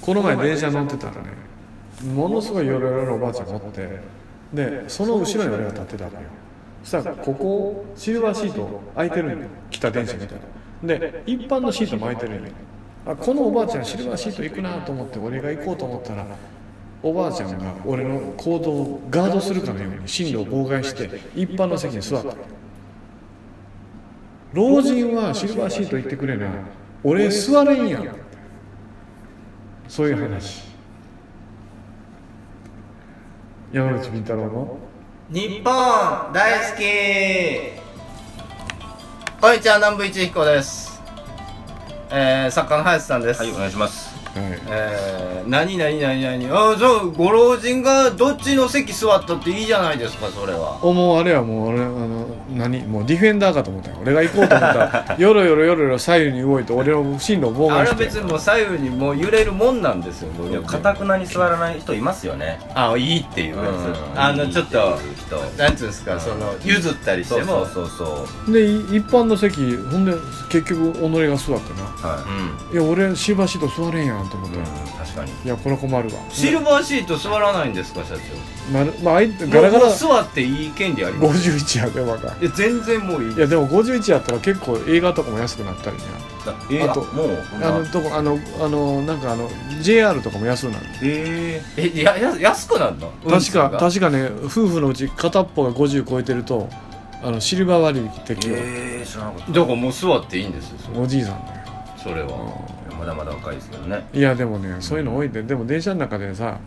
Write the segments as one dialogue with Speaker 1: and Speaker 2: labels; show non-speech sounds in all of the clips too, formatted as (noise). Speaker 1: この前電車乗ってたらねものすごいヨロヨロのおばあちゃんがおってでその後ろに俺が立ってたのよそしたらここシルバーシート空いてるんよ北電車みたいなで一般のシートも空いてるんよあこのおばあちゃんシルバーシート行くなと思って俺が行こうと思ったらおばあちゃんが俺の行動をガードするかのように進路を妨害して一般の席に座った老人はシルバーシート行ってくれな俺座れんやんそういう話山口敏太郎の
Speaker 2: 日本大好きこんにちは南部一彦です、えー、作家の林さんです、
Speaker 3: はい、お願いしま
Speaker 1: は
Speaker 3: す。
Speaker 2: えー、何何何何あじゃあご老人がどっちの席座ったっていいじゃないですかそれはい
Speaker 1: もうあれはもう俺あの何もうディフェンダーかと思ったよ俺が行こうと思ったらよろよろよろよろ左右に動いて俺の進路を妨
Speaker 2: あ
Speaker 1: 害
Speaker 2: れ
Speaker 1: し
Speaker 2: は
Speaker 1: て
Speaker 2: 別にもう左右にもう揺れるもんなんですよご老
Speaker 3: いや、
Speaker 2: 人
Speaker 3: かたくなに座らない人いますよね。
Speaker 2: あいいっていうやつあのちょっと
Speaker 3: 人。
Speaker 2: なんていうんですかその譲ったりし
Speaker 3: そ
Speaker 2: て
Speaker 3: う
Speaker 2: も
Speaker 3: そうそうそう。
Speaker 1: でい一般の席ほんで結局己が座ってな
Speaker 3: は
Speaker 1: 「いや俺シルバーシート座れんやん」と思っ
Speaker 3: い。
Speaker 1: て、
Speaker 3: うん
Speaker 1: い、
Speaker 3: 確かに。
Speaker 1: やこれ困るわ
Speaker 2: シルバーシート座らないんですか社長
Speaker 1: まるまああいガラガ
Speaker 2: もう
Speaker 1: ラ
Speaker 2: 座っていい権利あります
Speaker 1: 51やでまだ
Speaker 2: いや全然もういい
Speaker 1: いやでも51やったら結構映画とかも安くなったりね
Speaker 3: え
Speaker 1: あと
Speaker 3: もう、こんな
Speaker 1: あのとこあのあのなんかあの JR とかも安くなる
Speaker 3: えー
Speaker 2: えやや安くなんの運
Speaker 1: 確
Speaker 2: 賃が
Speaker 1: か確かね夫婦のうち片っぽが50超えてるとあのシルバー割引適用、
Speaker 3: えー、知らなかっ
Speaker 2: だからもう座っていいんですよそれ
Speaker 1: おじいさんだよ
Speaker 2: それは
Speaker 3: た。まだまだ若いですけどね。
Speaker 1: いやでもねそういうの多いんででも電車の中でさ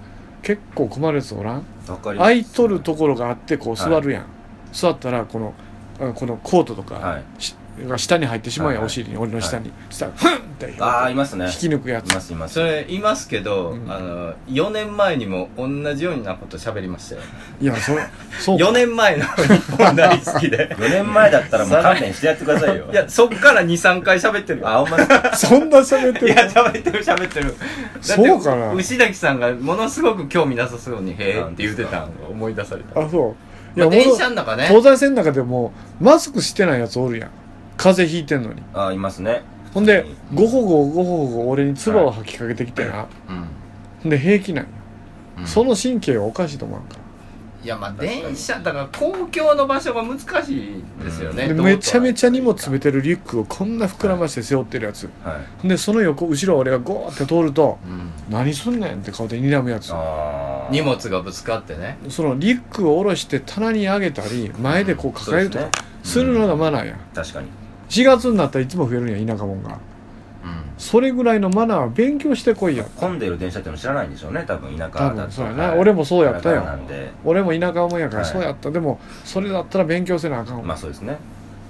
Speaker 1: 結構困るやつおらん
Speaker 3: わかります
Speaker 1: 空いとるところがあってこう座るやん、座ったらこのあこのコートとか、
Speaker 3: はい。
Speaker 1: しが下に入ってしまうやん、
Speaker 3: はいはい
Speaker 1: お尻に俺の下に、そしたらフンって引
Speaker 3: あー、いますね。
Speaker 1: き抜くや
Speaker 3: い
Speaker 1: つ
Speaker 3: ます、います。
Speaker 2: それいますけど、
Speaker 1: うん
Speaker 2: あの4年前にも同じようなこと喋りましたよ
Speaker 1: いやそれそう
Speaker 2: 4年前の日本大好き
Speaker 1: (laughs)
Speaker 2: で
Speaker 3: 4年前だったらもう勘弁してやってくださいよ。
Speaker 2: い、やそっから23回喋ってるよ
Speaker 3: あ、ほん
Speaker 2: (laughs)
Speaker 3: まです
Speaker 1: (laughs)
Speaker 3: か
Speaker 1: そんな喋ってる
Speaker 2: いや喋ってる喋ってる
Speaker 1: そうかな
Speaker 2: だって牛崎さんがものすごく興味なさそうに「へえ」って言ってたのを思い出された、
Speaker 1: あそういや、
Speaker 2: まあ、電
Speaker 1: もう
Speaker 2: 車の中ね
Speaker 1: 東西線の中でもマスクしてないやつおるやん風邪ひいてんのに
Speaker 3: あ、いますね。
Speaker 1: ほんでごほごごほご俺に唾を吐きかけてきてな、
Speaker 2: うん
Speaker 1: ほんで平気なんよ、
Speaker 2: うん
Speaker 1: その神経はおかしいと思わんか
Speaker 2: いやまあ電車だから公共の場所が難しいですよね、
Speaker 1: で
Speaker 2: どうとは
Speaker 1: めちゃめちゃ荷物詰めてるリュックをこんな膨らまして背負ってるやつ
Speaker 3: はい。
Speaker 1: ほんでその横後ろ俺がゴーって通ると
Speaker 2: うん
Speaker 1: 「何すんねん」って顔で睨むやつ
Speaker 3: あー
Speaker 2: 荷物がぶつかってね
Speaker 1: そのリュックを下ろして棚に上げたり前でこう抱えると
Speaker 3: そう
Speaker 1: か
Speaker 3: ですね
Speaker 1: するのがマナーやん
Speaker 3: 確かに。
Speaker 1: 4月になったらいつも増えるんや田舎もんが
Speaker 2: うん
Speaker 1: それぐらいのマナーは勉強してこいや
Speaker 3: 混んでる電車っていうの知らないんでしょうね、多分田舎
Speaker 1: 多
Speaker 3: だと
Speaker 1: 分そうやな、俺もそうやった
Speaker 3: な
Speaker 1: よ
Speaker 3: んで、
Speaker 1: 俺も田舎もんやから
Speaker 3: はい
Speaker 1: そうやった、でもそれだったら勉強せなあかんわ、
Speaker 3: まあそうですね。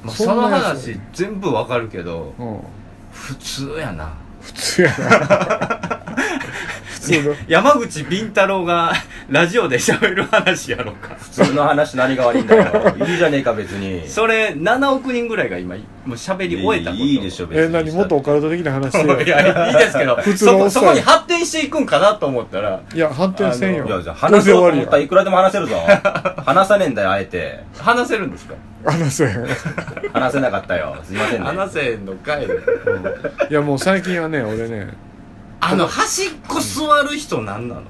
Speaker 2: まあ、
Speaker 1: そ
Speaker 2: そ
Speaker 1: んな
Speaker 2: の
Speaker 1: やつ
Speaker 2: 話全部わかるけど
Speaker 1: うん
Speaker 2: 普通やな
Speaker 1: 普通や
Speaker 3: (laughs)
Speaker 1: な普通の
Speaker 2: 山口敏太郎が (laughs) ラジオで喋る話やろうか
Speaker 3: 普通の話何が悪いんだよ。いいじゃねえか、別に。
Speaker 2: それ7億人ぐらいが今もう喋り終えたこと
Speaker 3: いいでしょ、別に。
Speaker 1: え何もっとオカルト的な話して
Speaker 3: (laughs)
Speaker 1: よ
Speaker 2: いやいいですけ (laughs) ど
Speaker 1: 普通
Speaker 2: そ
Speaker 1: のお
Speaker 2: こ
Speaker 1: っさ
Speaker 2: そ
Speaker 1: ん
Speaker 2: こに発展していくんかなと思ったら
Speaker 1: いや反転せんよ
Speaker 3: いや、じゃあ
Speaker 1: これ
Speaker 3: 話
Speaker 1: で
Speaker 3: そ
Speaker 1: 終
Speaker 3: うと
Speaker 1: わ
Speaker 3: 思
Speaker 1: り
Speaker 3: ったら
Speaker 1: や
Speaker 3: いくらでも話せるぞ。話さねえんだよ、あえて。
Speaker 2: 話せるんですか
Speaker 1: 話せん
Speaker 3: 話せなかったよ。すいませんね。
Speaker 2: 話せんのかい
Speaker 1: い
Speaker 3: (laughs)
Speaker 1: やもう最近はね俺ね
Speaker 2: あの端っこ座る人なんなの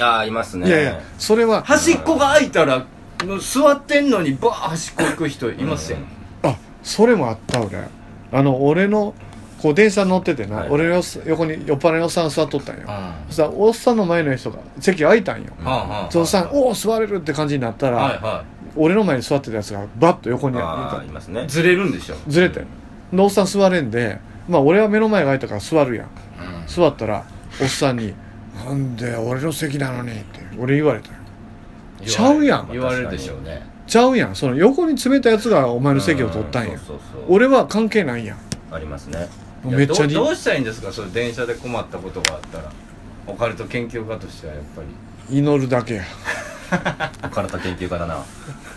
Speaker 3: ああ、いますね。
Speaker 1: いやいやそれは
Speaker 2: 端っこが空いたら座ってんのにバー端っこ行く人いますよ
Speaker 3: うん
Speaker 1: あそれもあった俺あの俺のこう電車乗っててな、
Speaker 3: はい
Speaker 1: 俺のよ横に酔っ払いのおっさん座っとったんよ
Speaker 2: あ
Speaker 1: そしたらおっさんの前の人が席空いたんよ
Speaker 3: うん
Speaker 2: あ
Speaker 1: そのおっさん「おお座れる」って感じになったら、
Speaker 2: はいは
Speaker 1: 俺の前に座ってたやつがバッと横に
Speaker 3: ああ、いますね
Speaker 2: い。ずれるんでしょ
Speaker 1: ずれてでおっさん座れんでまあ俺は目の前が空いたから座るやん座ったらおっさんに「なんで俺の席なのに」って俺言われたよちゃうやん
Speaker 2: 言われるでしょうね
Speaker 1: ちゃうやんその横に詰めたやつがお前の席を取ったんや
Speaker 3: うそうそうそう。
Speaker 1: 俺は関係ないやん
Speaker 3: ありますね。
Speaker 1: もうめっちゃ
Speaker 2: い
Speaker 1: に
Speaker 2: やどうどうしたらいいんですかそれ電車で困ったことがあったらオカルト研究家としてはやっぱり
Speaker 1: 祈るだけや
Speaker 3: 体研究家だな。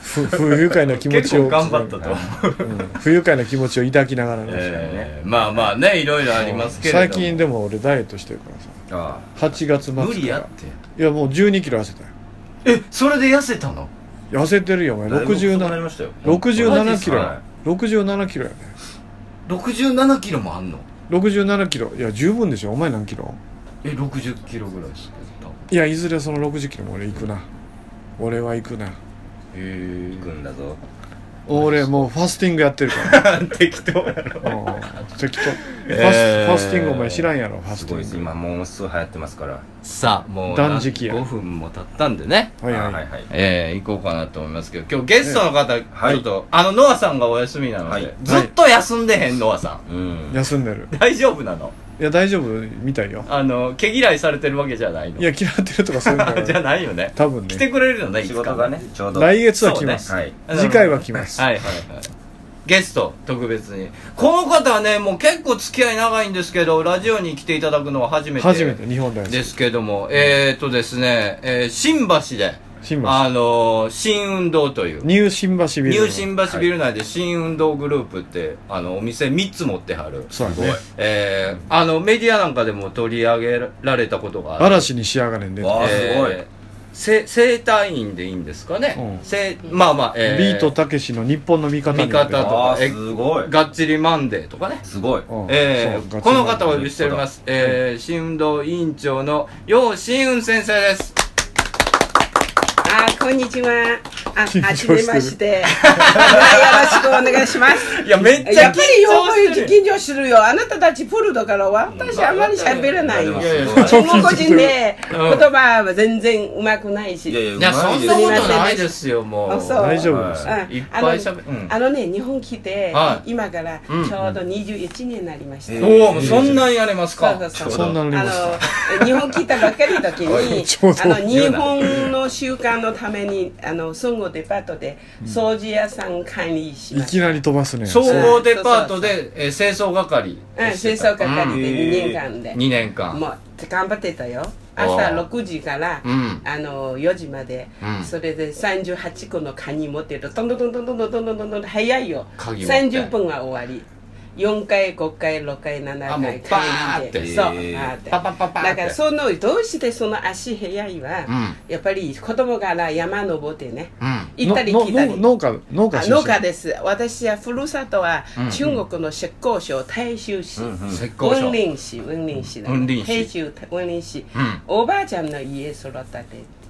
Speaker 1: ふ (laughs) 不愉快な気持
Speaker 2: 結
Speaker 1: ちを
Speaker 2: 構頑張ったと思う、
Speaker 1: うん不愉快な気持ちを抱きながらね、
Speaker 2: えーまあまあねいろいろありますけれども
Speaker 1: 最近でも俺ダイエットしてるからさ
Speaker 3: あ
Speaker 1: 8月末から
Speaker 2: 無理やって
Speaker 1: いやもう1 2キロ痩せたよ
Speaker 2: えそれで痩せたの
Speaker 1: 痩せてるよお
Speaker 3: あ。
Speaker 1: 前
Speaker 3: だいぶ太くな
Speaker 1: 67
Speaker 3: りましたよ。
Speaker 1: 67キロ
Speaker 3: はい
Speaker 1: 67キロやね
Speaker 2: 6 7キロもあんの
Speaker 1: 67キロいや十分でしょお前何キロ
Speaker 2: え60キロぐらいしか行った
Speaker 1: いやいずれその60キロも俺行くな俺は行くな
Speaker 2: へ
Speaker 1: (laughs)
Speaker 3: 行くんだぞ
Speaker 1: 俺もうファスティングやってるから
Speaker 2: え適当や (laughs) ろ
Speaker 1: うん適当ファス,、
Speaker 2: えー
Speaker 1: ファスティングお前知らんやろファ
Speaker 3: す
Speaker 1: ステ
Speaker 3: ごいです
Speaker 1: ィング
Speaker 3: 今ものすごい流行ってますから
Speaker 2: さあもう
Speaker 1: 断食や
Speaker 2: 5分も経ったんでね
Speaker 1: はいは
Speaker 3: あ
Speaker 1: い、
Speaker 3: はいはい
Speaker 2: えー、行こうかなと思いますけど今日ゲストの方、
Speaker 3: はい
Speaker 2: ちょっとあのノアさんがお休みなので、
Speaker 3: はい
Speaker 2: ずっと休んでへん (laughs) ノアさ
Speaker 3: うん
Speaker 1: 休んでる
Speaker 2: ん大丈夫なの
Speaker 1: いや大丈夫みたいよ
Speaker 2: あの毛嫌いされてるわけじゃないの
Speaker 1: いや嫌ってるとかそういうの
Speaker 2: じゃ
Speaker 1: は
Speaker 2: ないよね
Speaker 1: 多分
Speaker 2: 来
Speaker 1: ね
Speaker 2: てくれるよねいつ
Speaker 3: 仕
Speaker 2: か
Speaker 3: 事がねちょうど
Speaker 1: 来月は来ます、
Speaker 2: そう
Speaker 3: はい
Speaker 2: あの
Speaker 1: 次回は来ます
Speaker 2: はいはいはいゲスト特別にこの方はねもう結構付き合い長いんですけどラジオに来ていただくのは初めて
Speaker 1: 初めて日本大好き
Speaker 2: ですけどもえっ、ー、とですね、えー新橋で
Speaker 1: 新橋
Speaker 2: あのー新運動という
Speaker 1: ニュー新橋ビル
Speaker 2: ニュー新橋ビル内で新運動グループってあのお店3つ持ってはる
Speaker 1: そうやね
Speaker 2: えー、あのメディアなんかでも取り上げられたことがある
Speaker 1: 嵐に仕上がれんで
Speaker 3: わあすごい
Speaker 2: せ生体院でいいんですかね、
Speaker 1: うん
Speaker 2: せまあまあ、えー
Speaker 1: ビートたけしの日本の味方になって
Speaker 2: 味方と
Speaker 3: あーすごい
Speaker 2: がっちりマンデーとかね、
Speaker 3: すごい
Speaker 1: うん
Speaker 2: え
Speaker 1: そう
Speaker 2: ー、
Speaker 1: ガチ
Speaker 2: こ
Speaker 1: マン
Speaker 2: の方をお呼びしております、えー、新運動委員長の楊新雲先生です
Speaker 4: あーこんにちは。あ、は
Speaker 1: 緊張
Speaker 4: じ
Speaker 1: してる
Speaker 4: めまして。よろしくお願いします。
Speaker 2: いやめっち
Speaker 4: (laughs) や
Speaker 2: ゃ緊
Speaker 4: っぱりよ
Speaker 2: 張して
Speaker 4: く
Speaker 2: る
Speaker 4: 緊張するよ。あなたたちプルだから私あんまり喋れないよ
Speaker 3: い。やいや
Speaker 4: 中国人で言
Speaker 2: うん
Speaker 4: 葉は全然うまくないし。
Speaker 3: いやいや
Speaker 2: いやそ
Speaker 3: うんまい
Speaker 2: な
Speaker 3: です
Speaker 4: よ
Speaker 2: ことないですよもう
Speaker 4: あそう
Speaker 1: 大丈夫です
Speaker 3: は
Speaker 2: うんいっ
Speaker 4: あ
Speaker 2: ぱい喋うん
Speaker 4: あのね、日本来て
Speaker 2: は、い
Speaker 4: 今からちょ
Speaker 2: ん
Speaker 4: うど21年になりました。
Speaker 2: おおもうそんなにやれますか
Speaker 4: そうそう
Speaker 1: そんなのにも
Speaker 4: あの日本来たばっかりの時に
Speaker 1: ちょうど
Speaker 4: あの日本の習慣のためにあの総合デパートで掃除屋さん管理し
Speaker 1: い
Speaker 4: まし
Speaker 1: きなり飛ばすね
Speaker 2: 総合デパートで、えー、清掃係
Speaker 4: た、うん、清掃係で2年間で、
Speaker 2: 2年間
Speaker 4: もう頑張ってたよ
Speaker 2: あー
Speaker 4: 朝6時から、
Speaker 2: うん
Speaker 4: あの4時まで、
Speaker 2: うん
Speaker 4: それで38個のカニ持ってるどんどんどんどんどんどんどんどんどんどん早いよ
Speaker 2: 鍵持って
Speaker 4: 30分は終わり4回5回6回7
Speaker 2: あ
Speaker 4: 回
Speaker 2: もう
Speaker 4: 帰り
Speaker 2: バーって
Speaker 4: でそう
Speaker 3: へー
Speaker 4: バーって
Speaker 2: パパパパって
Speaker 4: だからそのどうしてその足早いは、やっぱり子供から山登ってね、
Speaker 2: うん
Speaker 4: 行ったり来たり
Speaker 1: のの農家農家
Speaker 4: あ
Speaker 1: 出身
Speaker 4: 農家です私はふるさとは中国の浙江省大衆市、
Speaker 2: 石膏
Speaker 4: 雲
Speaker 2: 省
Speaker 4: 林市雲林市だ
Speaker 2: 雲林市
Speaker 4: 平州雲林市、
Speaker 2: ん
Speaker 4: おばあちゃんの家育てて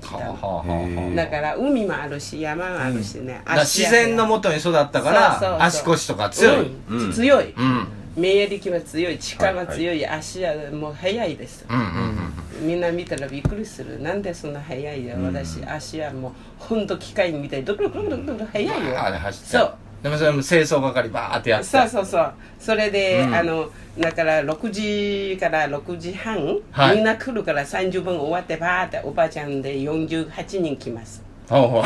Speaker 4: き
Speaker 2: はあは
Speaker 4: たの
Speaker 2: あはあはあ
Speaker 4: だから海もあるし山もあるしね、
Speaker 2: だから自然の
Speaker 4: も
Speaker 2: もとに育ったか
Speaker 4: そうそうそう
Speaker 2: ら足腰とか強い、
Speaker 4: うん
Speaker 3: うん
Speaker 4: 強い、
Speaker 2: うん
Speaker 4: 免疫力も強い力も強い、足はもう速いです、
Speaker 2: うんうん
Speaker 4: みんな見たらびっくりするなんでそんな速いよ、私足はもうほんと機械みたいにドクドクドクドク速いよ
Speaker 2: うんあれ走って
Speaker 4: そう
Speaker 2: でもそれも清掃係バーってやって
Speaker 4: そうそうそうそれで、あのだから6時から6時半、
Speaker 2: はい
Speaker 4: みんな来るから30分終わってバーっておばあちゃんで48人来ます
Speaker 2: ほうほ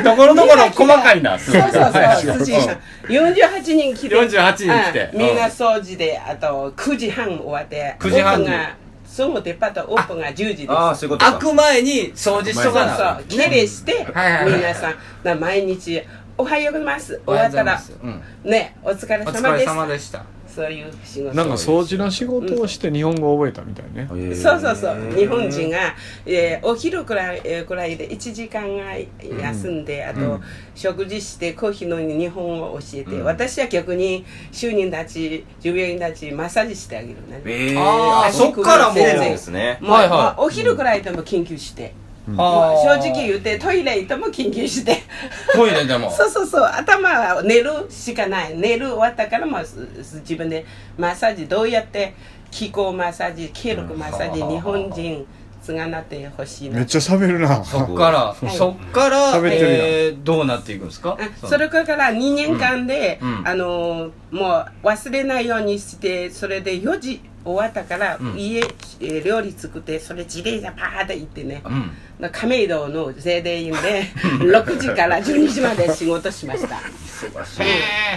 Speaker 2: う (laughs) ところどころ細かいなす
Speaker 4: そ
Speaker 2: ご
Speaker 4: う
Speaker 2: い
Speaker 4: そうそう辻井さん48人来て
Speaker 2: 48人来て
Speaker 4: うんみんな掃除であと9時半終わって
Speaker 2: 9時半
Speaker 4: オープンがそのデパートオープンが10時です
Speaker 3: ああそういうこと
Speaker 2: 開
Speaker 3: か
Speaker 2: く前に掃除しと
Speaker 4: そう
Speaker 2: か
Speaker 4: そ
Speaker 2: な
Speaker 4: う、きれいして、
Speaker 2: はいはいはい
Speaker 4: 皆さん、な毎日、おはようございます。
Speaker 2: お
Speaker 4: 終
Speaker 2: はよう
Speaker 4: わっ
Speaker 2: ござ
Speaker 4: た
Speaker 2: いま
Speaker 4: ら
Speaker 2: す、うん
Speaker 4: ね、お疲れ
Speaker 2: お
Speaker 4: 様
Speaker 2: 疲れ
Speaker 4: です。
Speaker 2: 様でした
Speaker 4: そういう仕事。
Speaker 1: なんか掃除の仕事をして日本語を覚えたみたいね、
Speaker 3: へー
Speaker 4: そうそうそう、日本人が、えーお昼くらい、えーくらいで1時間が休んで、あと、食事してコーヒーの日本を教えて、私は逆に就任たち従業員たちマッサージしてあげるね、
Speaker 3: え
Speaker 2: あー
Speaker 3: あ
Speaker 2: そっからもう
Speaker 3: 出てるんですね
Speaker 4: もう
Speaker 2: はいはい
Speaker 4: まあお昼くらいでも緊急して、
Speaker 2: あー
Speaker 4: 正直言ってトイレ行っても緊急して
Speaker 2: トイレでも
Speaker 4: そうそうそう頭は寝るしかない寝る終わったからもうすす自分でマッサージどうやって気候マッサージ経力マッサージ、
Speaker 2: うん
Speaker 4: 日本人つがなってほしい
Speaker 1: め
Speaker 4: な
Speaker 1: っちゃ喋るな
Speaker 2: そっから、
Speaker 4: い
Speaker 2: そっから、
Speaker 1: 喋ってるやん
Speaker 2: えーどうなっていくんですか
Speaker 4: あそれから2年間で、
Speaker 2: うんうん
Speaker 4: あのーもう忘れないようにしてそれで4時終わったから、
Speaker 2: ん
Speaker 4: 家、えー料理作ってそれ自転車パーって行ってね
Speaker 2: うん
Speaker 4: 亀戸の税電院で (laughs) 6時から12時まで仕事しました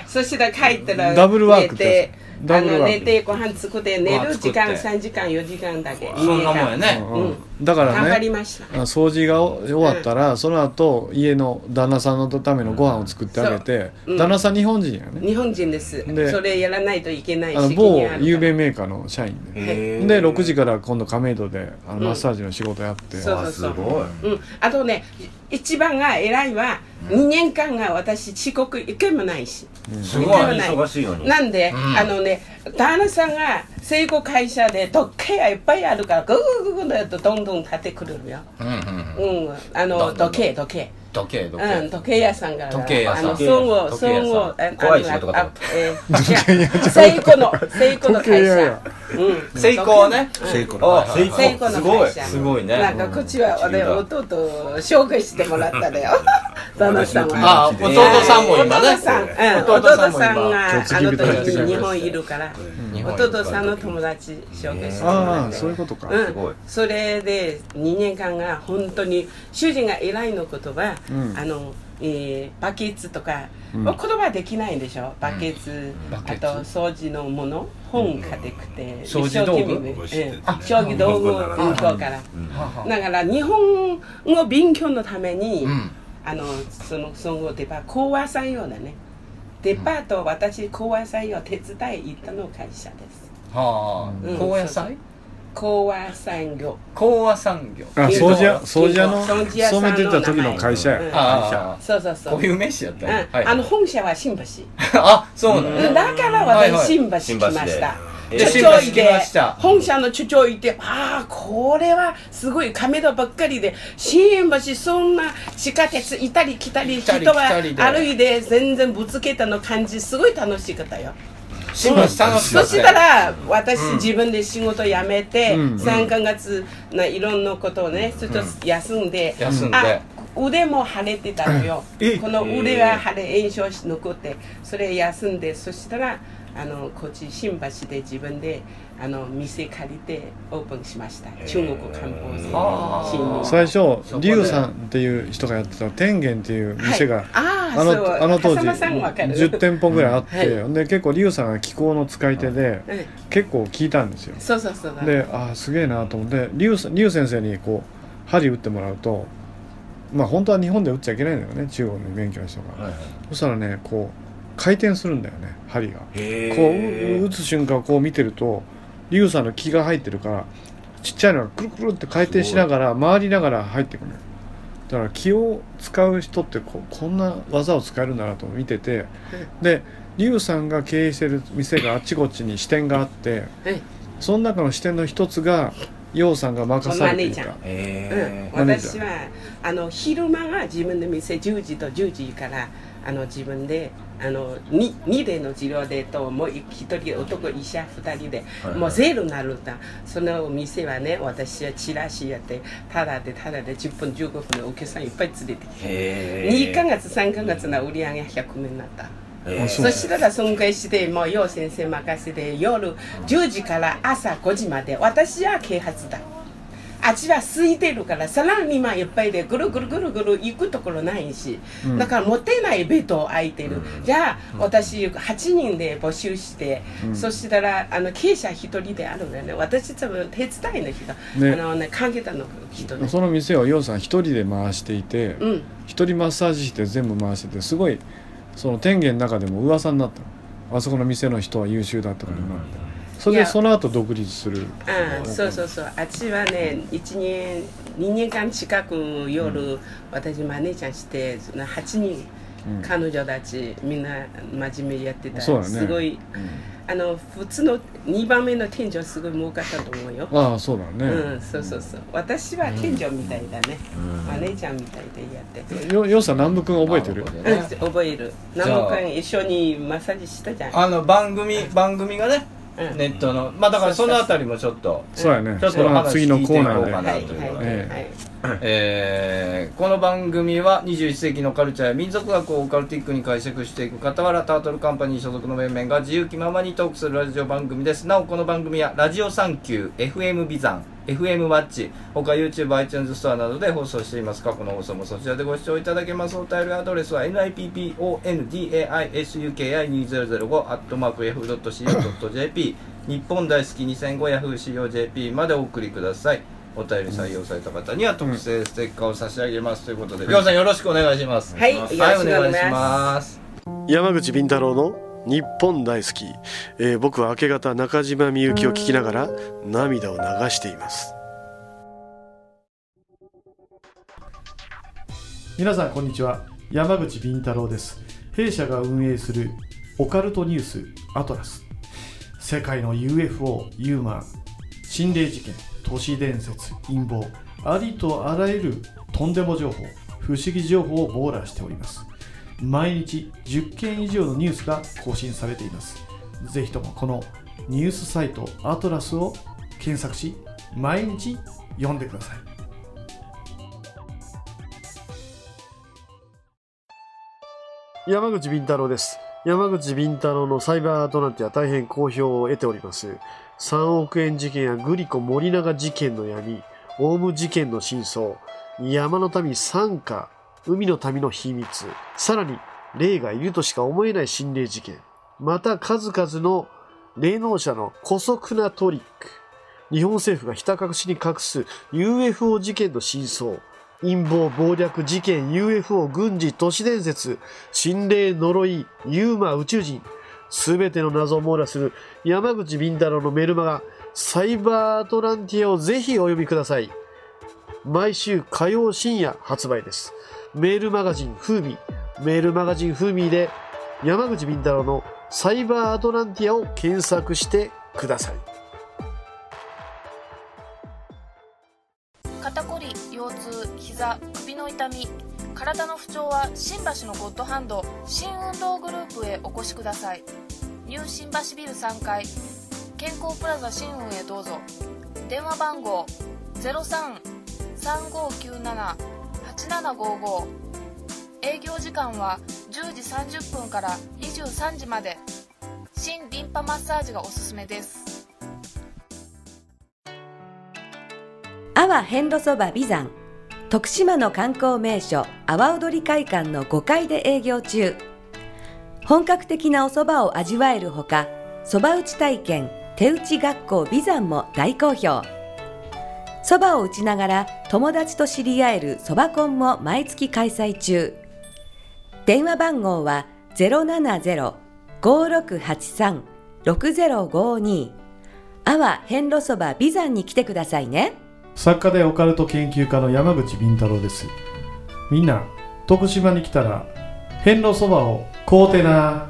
Speaker 4: そしたら帰ったら
Speaker 1: ダブルワークっ
Speaker 4: 寝
Speaker 1: てや
Speaker 4: て
Speaker 1: つダ
Speaker 4: あ
Speaker 1: ブル
Speaker 4: の
Speaker 1: ワーク
Speaker 4: 寝てご飯作って寝る時
Speaker 2: う
Speaker 4: 間
Speaker 2: わ作
Speaker 4: 3時間4時間だけ
Speaker 2: そんなもんやね
Speaker 1: う
Speaker 4: うんん
Speaker 1: だからね
Speaker 4: 頑張りました
Speaker 1: あ掃除が終わったら、その後家の旦那さんのためのご飯を作ってあげて、
Speaker 4: そううん
Speaker 1: 旦那さん日本人やね、
Speaker 4: 日本人です
Speaker 1: で
Speaker 4: それやらないといけない
Speaker 1: あの
Speaker 4: 責
Speaker 1: 某
Speaker 4: 任あるから
Speaker 1: 有名メーカーの社員で、
Speaker 3: へー
Speaker 1: で6時から今度亀戸であの
Speaker 4: ん
Speaker 1: マッサージの仕事やって、
Speaker 4: そうそう
Speaker 3: す
Speaker 4: そう
Speaker 3: ごい
Speaker 4: うん、あとね一番が偉いは2年間が私遅刻一回もないし、
Speaker 3: すごい
Speaker 4: 一回もない
Speaker 3: 忙しいのに
Speaker 4: なんで、
Speaker 2: うん
Speaker 4: あのね旦那さんが成功会社で時計がいっぱいあるからグーグーグーグーとどんどん買ってくるのよ、
Speaker 2: うんうんうん
Speaker 4: うん、
Speaker 2: ど
Speaker 4: あ
Speaker 2: んど
Speaker 4: の
Speaker 2: んどん
Speaker 4: 時計時計
Speaker 2: 時計時
Speaker 4: うん、
Speaker 2: 計
Speaker 4: 時計屋さんから。
Speaker 2: 時計屋さん
Speaker 4: あの、孫悟、
Speaker 3: 時計屋さん
Speaker 4: 孫悟、あ
Speaker 3: 怖い仕事かと思っ。
Speaker 4: あのあえーいやセイコの、セイコの
Speaker 1: 時計
Speaker 4: 会
Speaker 1: 屋
Speaker 4: 社
Speaker 1: や。
Speaker 4: うん。
Speaker 2: 成功ね
Speaker 4: 時計。
Speaker 3: あ
Speaker 2: はい
Speaker 4: 成功
Speaker 3: す
Speaker 4: の
Speaker 3: ごい
Speaker 4: 会社。
Speaker 2: すごいね
Speaker 4: なんか、こっちは、俺、弟を紹介してもらっただよ。旦那さんは。
Speaker 2: あ弟さんも今ね
Speaker 4: 弟さん、うん、
Speaker 2: 弟
Speaker 4: 弟
Speaker 2: さんも今
Speaker 4: さんが、あの
Speaker 1: 嫁ぎ人やってく
Speaker 4: 時
Speaker 1: れました
Speaker 4: 日本いるから、
Speaker 2: 日本いっぱい
Speaker 4: 弟さんの友達紹介してもら
Speaker 1: あ
Speaker 4: っ
Speaker 1: あ
Speaker 4: た
Speaker 1: そういうことか、
Speaker 4: う
Speaker 3: すごい
Speaker 4: ん、それで2年間が本当に主人が偉いの言葉、
Speaker 1: うん
Speaker 4: あのえーバケツとか、
Speaker 1: うん
Speaker 4: 言葉できないでしょバケツ、
Speaker 2: バケ
Speaker 4: あ
Speaker 2: ツ
Speaker 4: と掃除のもの本買ってくて、
Speaker 2: 掃除道具
Speaker 4: ね
Speaker 5: 欲しいですね
Speaker 4: うん将棋道具を
Speaker 5: うん
Speaker 4: 向こうから、
Speaker 2: はは
Speaker 4: だから日本語勉強のために、
Speaker 2: うん
Speaker 4: あのその総合デパート講和採用だねデパート、私講和採用手伝い行ったの会社です
Speaker 2: は
Speaker 4: うん
Speaker 2: あ高野菜
Speaker 4: 講和産業
Speaker 2: 高野産業
Speaker 1: あ掃除屋掃除屋の
Speaker 4: 掃除屋さ
Speaker 1: 勤
Speaker 4: んの名前
Speaker 1: めてた時の会社や、
Speaker 4: うん
Speaker 2: あ
Speaker 4: そうそうそ
Speaker 2: あ
Speaker 4: う
Speaker 2: こういう名詞やった
Speaker 4: うん
Speaker 2: んやはい
Speaker 4: あの本社は新橋、
Speaker 2: あそうなの
Speaker 4: うんだから
Speaker 2: はいはい
Speaker 4: 私新橋来ました、
Speaker 3: 新
Speaker 2: え
Speaker 3: 橋で
Speaker 4: ちょち
Speaker 2: 新
Speaker 4: ょ
Speaker 2: 橋来
Speaker 4: い
Speaker 2: ま
Speaker 4: で
Speaker 2: した
Speaker 4: 本社のちょちょいでああこれはすごい亀戸ばっかりで新橋そんな地下鉄行ったり来たり
Speaker 2: 行った
Speaker 4: 人
Speaker 2: り
Speaker 4: は
Speaker 2: 来たりで
Speaker 4: 歩いて全然ぶつけたの感じすごい楽しかったよ
Speaker 2: 新橋楽しかった
Speaker 4: そ
Speaker 2: よ
Speaker 4: したら私自分で仕事辞めて
Speaker 1: うん
Speaker 4: 3ヶ月ないろんなことをねちょっと休んで
Speaker 2: 休んで
Speaker 4: あ腕も腫れてたのよ
Speaker 1: え
Speaker 4: この腕が腫れ炎症し残ってそれ休んでそしたらあのこっち新橋で自分であの店借りてオープンしました中国観光船
Speaker 2: あー
Speaker 4: 新入
Speaker 1: 最初
Speaker 2: そこで
Speaker 1: リュウさんっていう人がやってた天元っていう店が、
Speaker 4: はいあ
Speaker 1: あ
Speaker 4: ーそう
Speaker 1: のあの当時
Speaker 4: 笠間さんわかる
Speaker 1: 10店舗ぐらいあって、
Speaker 4: う
Speaker 1: で結構リュウさんが気候の使い手で、
Speaker 4: うん
Speaker 1: 結構聞いたんですよ
Speaker 4: そうそうそう
Speaker 1: でああすげえなと思ってリュウさんリュウ先生にこう針打ってもらうとまあ本当は日本で打っちゃいけないんだよね中国の勉強の人が、そしたらねこう回転するんだよね針がこ
Speaker 3: へ
Speaker 1: う打つ瞬間をこう見てるとリュウさんの気が入ってるからちっちゃいのがくるくるって回転しながら回りながら入ってくるのだから気を使う人ってここんな技を使えるんだなと見ててでリュウさんが経営してる店があちこちに支店があって
Speaker 4: はい
Speaker 1: その中の支店の一つがヨウさんが任されてい
Speaker 4: マネージャ
Speaker 1: た
Speaker 4: ーうん
Speaker 3: え
Speaker 1: マネージャー
Speaker 4: 私はあの昼間は自分で店10時と10時からあの自分であの 2, 2例の治療でともう1人男医者2人で、
Speaker 3: はいはい
Speaker 4: もうゼロになるんだそのお店はね私はチラシやってただでただで10分15分でお客さんいっぱい連れてきて、
Speaker 3: へ
Speaker 4: 2ヶ月3ヶ月の売り上げ100名になった。
Speaker 3: え
Speaker 1: そ
Speaker 4: そしたら尊敬してもう楊先生任せて夜10時から朝5時まで私は啓発だあっちは空いてるからサラリーマンいっぱいでぐるぐるぐるぐる行くところないし、
Speaker 1: ん
Speaker 4: だから持てないベッドを空いてる、じゃあ私8人で募集して、そしたらあの経営者1人であるんだよね私多分手伝いの人、
Speaker 1: ね
Speaker 4: あのね関係者の人ね
Speaker 1: その店をヨウさん一人で回していて、
Speaker 4: うん
Speaker 1: 一人マッサージして全部回しててすごいその天元の中でも噂になったのあそこの店の人は優秀だってことになってそれ
Speaker 4: い
Speaker 1: で
Speaker 4: や
Speaker 1: その後独立する
Speaker 4: ああそうそうそうあっちはね1年2年間近く夜、私マネージャーしてその8
Speaker 1: う
Speaker 4: 人、
Speaker 1: ん
Speaker 4: 彼女たちみんな真面目にやってた
Speaker 1: そうだね
Speaker 4: すごい、あの普通の2番目の店長すごい儲かったと思うよ、
Speaker 1: ああそうだ
Speaker 4: う
Speaker 1: ね
Speaker 4: ん、そうそうそう私は店長みたいだね、マネージャーみたいでやって、
Speaker 1: よよさ南部君覚えてる
Speaker 2: な
Speaker 4: う
Speaker 2: る
Speaker 4: ん
Speaker 2: ほどね
Speaker 4: 覚える
Speaker 2: じゃあ
Speaker 4: 南く君一緒にマッサージしたじゃん
Speaker 2: あの番組番組がね
Speaker 4: うん
Speaker 2: ネットのまあだからそのあたりもちょっと
Speaker 1: そうやね
Speaker 2: ちょっと
Speaker 1: それは次のコーナ
Speaker 2: 話聞いていこうか
Speaker 1: ー
Speaker 2: な
Speaker 1: で
Speaker 4: はいはいはい、
Speaker 1: え
Speaker 2: えーこの番組は21世紀のカルチャーや民族学をオカルティックに解釈していく傍らタートルカンパニー所属の面々が自由気ままにトークするラジオ番組ですなおこの番組はラジオサンキュー FM ビザン FM マッチ他 YouTube、iTunes ストアなどで放送しています過去の放送もそちらでご視聴いただけますお便りアドレスは NIPPONDAISUKI2005-yahoo.co.jp 日本大好き 2005yahoo.co.jp までお送りくださいお便り採用された方には特製ステッカーを差し上げますということで、りょうさんよろしくお願いします。
Speaker 4: はい
Speaker 2: お
Speaker 4: よろしくお
Speaker 2: 願
Speaker 4: 願
Speaker 2: い
Speaker 4: い
Speaker 2: し
Speaker 4: し
Speaker 2: ま。
Speaker 4: ます
Speaker 6: 山口敏太郎の日本大好き、えー僕は明け方中島みゆきを聞きながら涙を流しています
Speaker 5: 皆さんこんにちは山口敏太郎です弊社が運営するオカルトニュースアトラス世界の UFO ユーマン心霊事件都市伝説陰謀ありとあらゆるとんでも情報不思議情報を網羅しております毎日10件以上のニュースが更新されていますぜひともこのニュースサイトアトラスを検索し毎日読んでください
Speaker 6: 山口敏太郎です山口敏太郎のサイバーアトランティア大変好評を得ております3億円事件やグリコ森永事件の闇オウム事件の真相山の民参加海の民の秘密さらに霊がいるとしか思えない心霊事件また数々の霊能者の古速なトリック日本政府がひた隠しに隠す UFO 事件の真相陰謀暴略事件 UFO 軍事都市伝説心霊呪いユーマ宇宙人すべての謎を網羅する山口敏太郎のメルマガサイバーアトランティアをぜひお読みください毎週火曜深夜発売ですメールマガジンフーミーメールマガジンフーミーで山口敏太郎のサイバーアトランティアを検索してください
Speaker 7: 肩こり腰痛膝首の痛み体の不調は新橋のゴッドハンド新運動グループへお越しくださいニュー新橋ビル3階健康プラザ新運へどうぞ電話番号0335978755営業時間は10時30分から23時まで新リンパマッサージがおすすめです
Speaker 8: 阿波遍路そば美山徳島の観光名所阿波踊り会館の5階で営業中本格的なお蕎麦を味わえるほか蕎麦打ち体験手打ち学校美山も大好評蕎麦を打ちながら友達と知り合える蕎麦コンも毎月開催中電話番号は070-5683-6052阿波遍路そば美山に来てくださいね
Speaker 5: 作家でオカルト研究家の山口敏太郎ですみんな徳島に来たら遍路そばを買うてな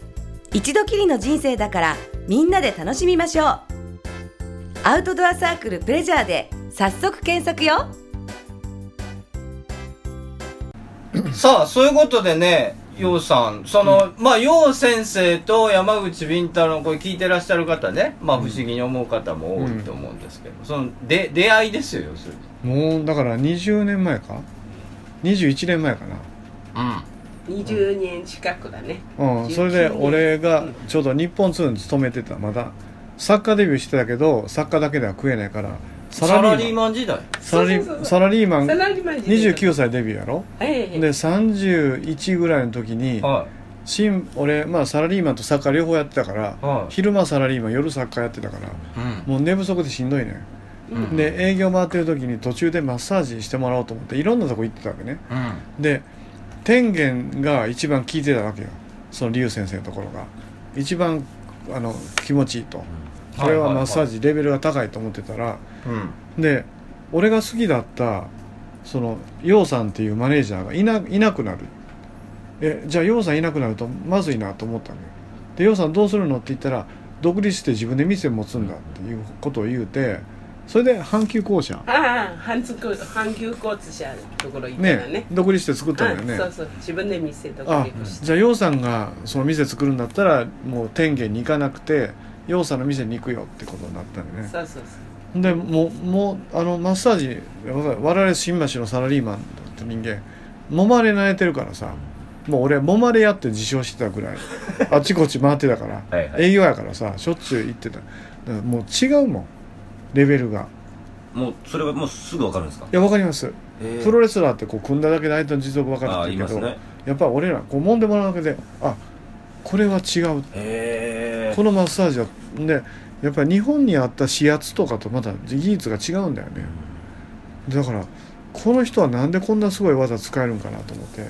Speaker 8: 一度きりの人生だからみんなで楽しみましょうアウトドアサークルプレジャーで早速検索よ
Speaker 2: さあそういうことでね陽さんその、まあ陽先生と山口敏太郎のこれ聞いてらっしゃる方ねまあ不思議に思う方も多いと思うんですけど、そので出会いですよ要するに
Speaker 1: もうだから20年前か21年前かな
Speaker 4: 20年近くだね
Speaker 1: うん、それで俺がちょうど日本通に勤めてたまだ作家デビューしてたけど作家だけでは食えないからサ
Speaker 2: サラ
Speaker 1: ラ
Speaker 2: リ
Speaker 1: リー
Speaker 2: ー
Speaker 1: マン
Speaker 2: マン時代
Speaker 1: サラリ
Speaker 4: そうそうそう
Speaker 1: ー
Speaker 4: そう
Speaker 1: サラリーマン
Speaker 4: サラリーマン時代
Speaker 1: 29歳デビューやろ
Speaker 4: はいはい
Speaker 1: で31ぐらいの時に
Speaker 2: は
Speaker 1: 新俺、まあ、サラリーマンと作家両方やってたから
Speaker 2: いはい
Speaker 1: 昼間サラリーマン夜作家やってたからもう寝不足でしんどいね、
Speaker 4: うん
Speaker 1: で営業回ってる時に途中でマッサージしてもらおうと思っていろんなとこ行ってたわけねで天元が一番聞いてたわけよその竜先生のところが一番あの気持ちいいとこれはマッサージレベルが高いと思ってたら、
Speaker 2: うん
Speaker 1: で俺が好きだったその楊さんっていうマネージャーがいないなくなるえじゃあ楊さんいなくなるとまずいなと思ったのよで楊さんどうするのって言ったら独立して自分で店持つんだっていうことを言うてそれで阪急校舎
Speaker 4: ああ阪急阪急交通社のところ行ったらね
Speaker 1: ね独立して作ったんだよね
Speaker 4: あそうそう自分で店とか
Speaker 1: あ
Speaker 4: 結構して
Speaker 1: じゃあ楊さんがその店作るんだったらもう天元に行かなくて楊さんの店に行くよってことになったんだよね
Speaker 4: そうそう
Speaker 1: でもうもうあのマッサージ我々新橋のサラリーマンだった人間揉まれ慣れてるからさもう俺揉まれやって自称してたぐ
Speaker 3: (laughs)
Speaker 1: らいあちこち回ってたから
Speaker 3: はいはい
Speaker 1: 営業やからさしょっちゅう行ってただからもう違うもんレベルが
Speaker 3: もうそれはもうすぐわかるんですか
Speaker 1: いやわかります
Speaker 3: えー
Speaker 1: プロレスラーってこう組んだだけで相手の実力分か
Speaker 3: あ
Speaker 1: る
Speaker 3: ー
Speaker 1: っ
Speaker 3: い
Speaker 1: てる
Speaker 3: ま
Speaker 1: け
Speaker 3: す
Speaker 1: ど、
Speaker 3: ね
Speaker 1: やっぱ俺らこう揉んでもらうだけであこれは違う
Speaker 3: え
Speaker 1: このマッサージはでやっぱり日本にあった指圧とかとまた技術が違うんだよねだからこの人はなんでこんなすごい技使えるんかなと思って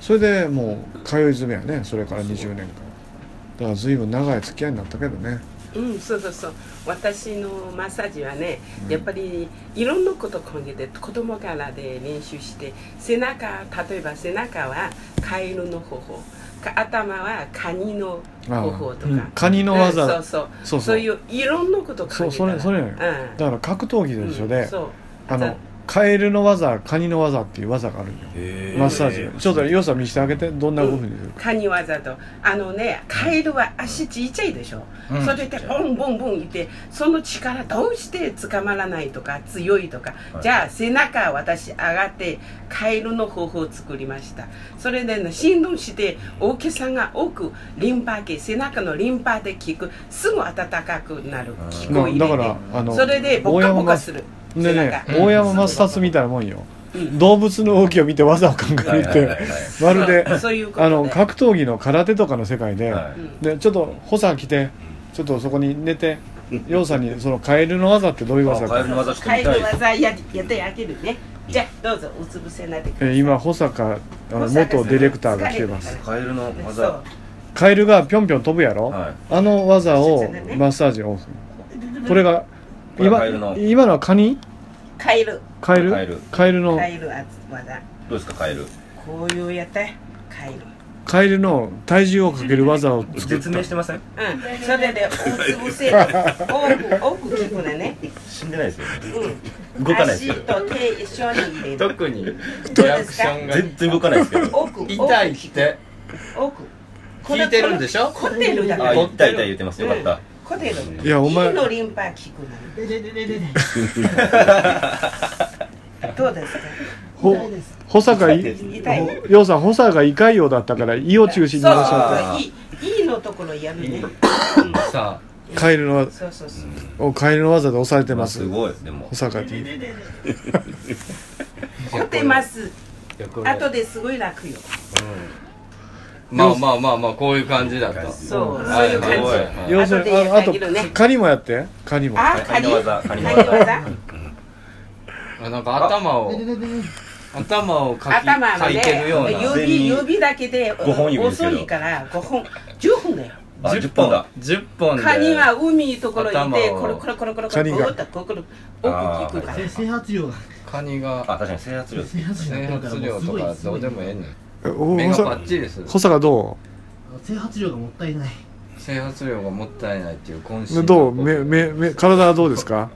Speaker 1: それでもう通い詰めやねそれから20年間だから随分長い付き合いになったけどね
Speaker 4: うん、そうそうそう私のマッサージはね、やっぱりいろんなこと考えて子供からで練習して背中例えば背中はカエルの方法か頭はカニの方法とか、
Speaker 1: うんカニの技、
Speaker 4: うんそ
Speaker 1: そうう
Speaker 4: そ
Speaker 1: そ
Speaker 4: う
Speaker 1: う
Speaker 4: そういういろんなこと考えた
Speaker 1: そ
Speaker 4: ら
Speaker 1: うそれそれ
Speaker 4: う
Speaker 1: なんのだから格闘技と一緒で、
Speaker 4: うんそう
Speaker 1: あのカエルの技カニの技っていう技があるんよ
Speaker 3: え
Speaker 1: マッサージちょっと良さ見せてあげてどんな
Speaker 4: うん
Speaker 1: ふうにするか
Speaker 4: カニ技とあのねカエルは足ちっちゃいでしょ、
Speaker 2: うん
Speaker 4: それでボンボンボンいってその力どうして捕まらないとか強いとか、
Speaker 3: はい
Speaker 4: じゃあ背中私上がってカエルの方法を作りましたそれで、ね、振動して大きさが多くリンパ系背中のリンパで効くすぐ暖かくなる気
Speaker 1: な
Speaker 4: 候入れて
Speaker 1: だからあの
Speaker 4: それでボカボカする
Speaker 1: でね
Speaker 4: 背中
Speaker 1: 大山マスタスみたいなもんよ、
Speaker 4: うん
Speaker 1: 動物の動きを見て技を考えるっ
Speaker 3: はいはいはい
Speaker 1: て
Speaker 3: はい
Speaker 1: まるで
Speaker 4: そうそういうことで
Speaker 1: あの格闘技の空手とかの世界で、
Speaker 3: はい
Speaker 4: うん
Speaker 1: でちょっと補佐来てちょっとそこに寝て楊さんにそのカエルの技ってどういう技
Speaker 3: カエ
Speaker 1: か
Speaker 3: ルの技してみ
Speaker 4: カ
Speaker 3: たい
Speaker 4: エル技ややってあげるねじゃあどうぞうつ伏せになってください
Speaker 1: えー今補佐かあの元ディレクターが来てます
Speaker 3: カエルの
Speaker 4: そ
Speaker 3: 技
Speaker 4: う
Speaker 1: カエルがぴょんぴょん飛ぶやろ、
Speaker 3: はい
Speaker 1: あの技を
Speaker 4: ちっちゃなね
Speaker 1: マッサージをこれが
Speaker 3: これ
Speaker 1: 今
Speaker 3: カエルの
Speaker 1: 今のはカニ
Speaker 4: カエル
Speaker 1: カエル
Speaker 3: カエル
Speaker 1: カエルの
Speaker 4: カエル技
Speaker 3: どうですかカエル
Speaker 4: こういうやってカエル
Speaker 1: カエルの体重をかける技を作っ
Speaker 3: 絶命してません
Speaker 4: うんそれでうつ伏せ多く多く効くのね
Speaker 3: 死んでないですよ
Speaker 4: うん
Speaker 3: 動かないです
Speaker 4: 足と手一緒に入れる
Speaker 2: 特にリアクションが
Speaker 3: 全然動かないですけ
Speaker 4: (laughs)
Speaker 3: ど
Speaker 4: 多く多く
Speaker 2: 痛いって
Speaker 4: 多く
Speaker 2: 聞いてるんでしょ
Speaker 4: これこれコテルだか
Speaker 3: あ
Speaker 4: ら
Speaker 2: い
Speaker 3: 痛い痛い言ってますよかった
Speaker 4: コテル
Speaker 1: いやお前
Speaker 4: 胃のリンパ効くのねどうですか
Speaker 1: ほ保坂い
Speaker 4: 痛い
Speaker 1: ようさん保坂が胃潰瘍だったから胃を中心に
Speaker 4: そう
Speaker 1: な
Speaker 4: そう
Speaker 1: っしゃっ
Speaker 4: そういいいいのところやるね
Speaker 2: さ
Speaker 1: たカエルの技
Speaker 4: そうそうそう
Speaker 1: をカエルの技で押されてますす
Speaker 3: ごいでも
Speaker 1: 保坂 T
Speaker 2: あ
Speaker 4: 凝ってます
Speaker 2: いやこれ
Speaker 4: 後ですごい楽よ
Speaker 2: まあまあまあまあこういう感じだった
Speaker 4: そうそう
Speaker 2: はい
Speaker 4: いう
Speaker 2: はい
Speaker 4: 感
Speaker 3: は
Speaker 4: じ
Speaker 3: い
Speaker 2: はい
Speaker 1: 要するにああ
Speaker 4: 後
Speaker 1: と
Speaker 4: でやってあげるね
Speaker 1: カニもやってカニも
Speaker 4: あカ
Speaker 3: カ
Speaker 4: ニ
Speaker 3: ニ
Speaker 4: 技
Speaker 3: 技
Speaker 4: カ
Speaker 3: カ
Speaker 4: ニ
Speaker 3: ニ
Speaker 4: 技
Speaker 3: 技
Speaker 2: あなんか頭を頭をかき
Speaker 4: 頭の
Speaker 2: かいてるような
Speaker 4: ね指指だけで
Speaker 3: 五本指です
Speaker 4: 遅
Speaker 3: けど
Speaker 4: いから5本10本だよ
Speaker 3: あ10本だ
Speaker 2: 10本で
Speaker 4: カニは海ところにいて
Speaker 2: 頭を
Speaker 4: コロコロコロコロコ
Speaker 1: カニ
Speaker 4: ロ
Speaker 1: が
Speaker 4: こうだこうこう多く効くから
Speaker 2: カニが
Speaker 3: あ確かに制圧量です
Speaker 2: 整髪量とかどうでもええね
Speaker 1: え
Speaker 2: ん
Speaker 1: お
Speaker 2: 目
Speaker 1: 保
Speaker 2: がパ
Speaker 1: 坂
Speaker 2: ッチリする
Speaker 1: 保坂ど
Speaker 2: 整髪量がもったいないっていう渾
Speaker 1: う
Speaker 2: 身の
Speaker 1: どう目目目体はどうですか